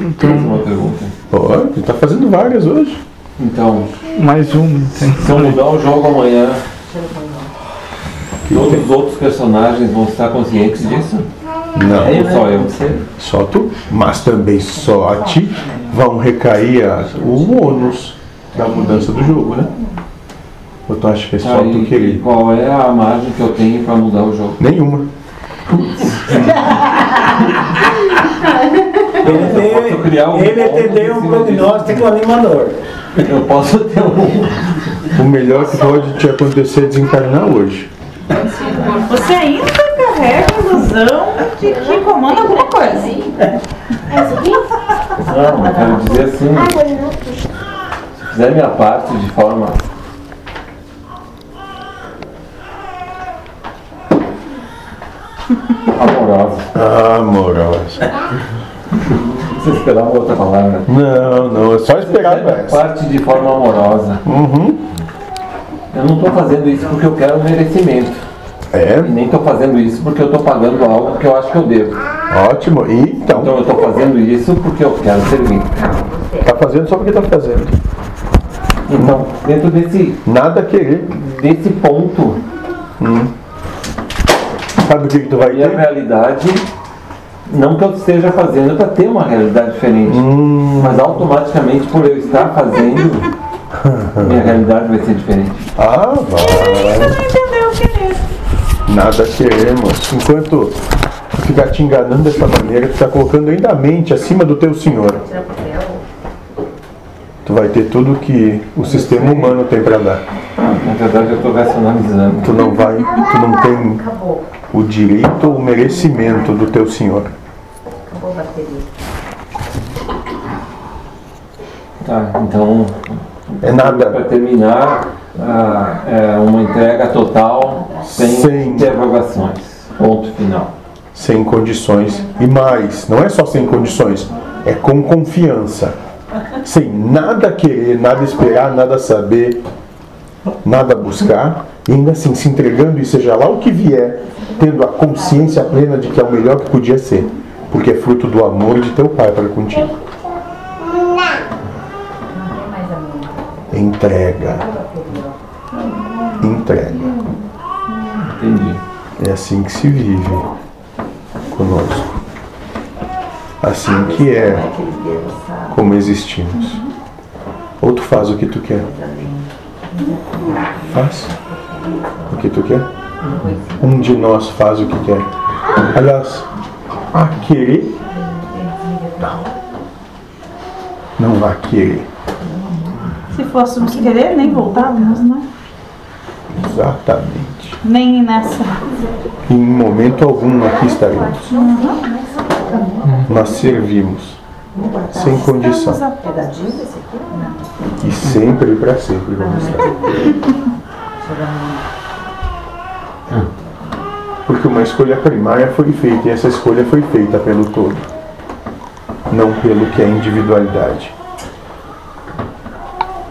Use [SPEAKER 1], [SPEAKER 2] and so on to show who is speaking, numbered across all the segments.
[SPEAKER 1] então.
[SPEAKER 2] Uma pergunta.
[SPEAKER 3] Ó, ele tá fazendo várias hoje.
[SPEAKER 2] Então,
[SPEAKER 1] Mais uma,
[SPEAKER 2] se eu
[SPEAKER 1] então.
[SPEAKER 2] mudar o jogo amanhã, todos os outros personagens vão estar conscientes disso?
[SPEAKER 4] É,
[SPEAKER 3] Não,
[SPEAKER 4] né?
[SPEAKER 2] Ou só eu?
[SPEAKER 3] só tu, mas também só a ti vão recair a- o ônus da mudança do jogo, né? Ou tu acha que é só
[SPEAKER 2] Aí,
[SPEAKER 3] tu querer?
[SPEAKER 2] qual é a margem que eu tenho pra mudar o jogo?
[SPEAKER 3] Nenhuma.
[SPEAKER 4] Ele
[SPEAKER 2] posso criar um
[SPEAKER 4] tem, ele
[SPEAKER 2] golpe
[SPEAKER 4] tem
[SPEAKER 2] em
[SPEAKER 4] deu um
[SPEAKER 2] cima
[SPEAKER 4] prognóstico animador.
[SPEAKER 2] Eu posso ter um.
[SPEAKER 3] O melhor que pode te acontecer é desencarnar hoje.
[SPEAKER 5] Você ainda carrega a ilusão de que comanda alguma coisa.
[SPEAKER 2] Não, eu quero dizer assim, se fizer minha parte de forma. amorosa.
[SPEAKER 3] Amorosa.
[SPEAKER 2] Você esperava outra palavra.
[SPEAKER 3] Não, não, é só esperar pra
[SPEAKER 2] Minha
[SPEAKER 3] essa.
[SPEAKER 2] parte de forma amorosa.
[SPEAKER 3] Uhum.
[SPEAKER 2] Eu não tô fazendo isso porque eu quero um merecimento. E
[SPEAKER 3] É,
[SPEAKER 2] nem tô fazendo isso porque eu tô pagando algo que eu acho que eu devo.
[SPEAKER 3] ótimo. E
[SPEAKER 2] Então
[SPEAKER 3] então,
[SPEAKER 2] eu tô fazendo isso porque eu quero servir.
[SPEAKER 3] tá fazendo só porque tá fazendo.
[SPEAKER 2] Então, dentro desse,
[SPEAKER 3] Nada a querer.
[SPEAKER 2] desse ponto,
[SPEAKER 3] Sabe o que, que tu vai
[SPEAKER 2] e a
[SPEAKER 3] ter?
[SPEAKER 2] realidade, não que eu esteja fazendo para ter uma realidade diferente, mas automaticamente por eu estar fazendo, minha realidade vai ser diferente.
[SPEAKER 3] Ah, vai.
[SPEAKER 5] Você não entendeu o que é isso.
[SPEAKER 3] Nada queremos. Enquanto tu ficar te enganando dessa maneira, tu tá colocando ainda a mente acima do teu senhor. Tu vai ter tudo que o sistema humano tem para dar.
[SPEAKER 2] Na verdade, eu estou racionalizando.
[SPEAKER 3] Tu não vai, tu não tem
[SPEAKER 6] Acabou,
[SPEAKER 3] o direito ou o merecimento do teu senhor.
[SPEAKER 6] acabou a bateria.
[SPEAKER 2] Tá, então, para
[SPEAKER 3] É nada.
[SPEAKER 2] terminar, ah, é uma entrega total sem
[SPEAKER 3] Sim.
[SPEAKER 2] interrogações. Ponto final.
[SPEAKER 3] Sem condições. E mais, não é só sem condições, é com confiança. Sem nada querer, nada esperar, nada saber, nada buscar. E ainda assim, se entregando e seja lá o que vier, tendo a consciência plena de que é o melhor que podia ser. Porque é fruto do amor de teu Pai para contigo. Entrega. Entrega.
[SPEAKER 2] Entendi.
[SPEAKER 3] É assim que se vive conosco. Assim que é como existimos. Ou tu faz o que tu quer. Faz o que tu quer. Um de nós faz o que quer. Aliás, a querer. Não. Não vai querer.
[SPEAKER 5] Se fôssemos querer, nem voltávamos, né?
[SPEAKER 3] Exatamente.
[SPEAKER 5] Nem nessa.
[SPEAKER 3] Em momento algum aqui estaremos. Nós servimos sem condição
[SPEAKER 5] Estamos a-
[SPEAKER 3] e sempre e para sempre vamos estar. Porque uma escolha primária foi feita e essa escolha foi feita pelo todo, não pelo que é individualidade.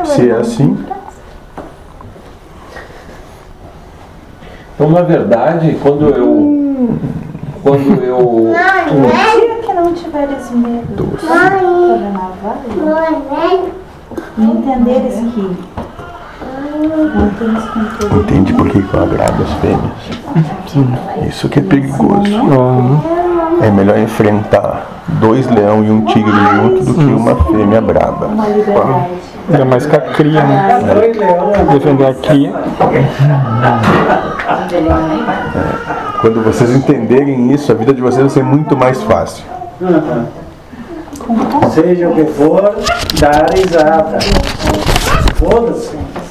[SPEAKER 3] Se é assim,
[SPEAKER 2] Então, na verdade, quando eu. Quando eu.
[SPEAKER 5] O dia é que não tiveres medo
[SPEAKER 3] doce.
[SPEAKER 5] e entenderes que Ah, não temos controle
[SPEAKER 3] Entende por que que eu agrado as fêmeas? Isso que é perigoso. É melhor enfrentar dois leão e um tigre junto do que uma fêmea braba.
[SPEAKER 5] uma liberdade.
[SPEAKER 1] Ainda mais que a cria, né?
[SPEAKER 4] Dois leões.
[SPEAKER 1] Defender a cria.
[SPEAKER 3] É. Quando vocês entenderem isso, a vida de vocês vai ser muito mais fácil.
[SPEAKER 4] Seja o que for, dá risada. Foda-se.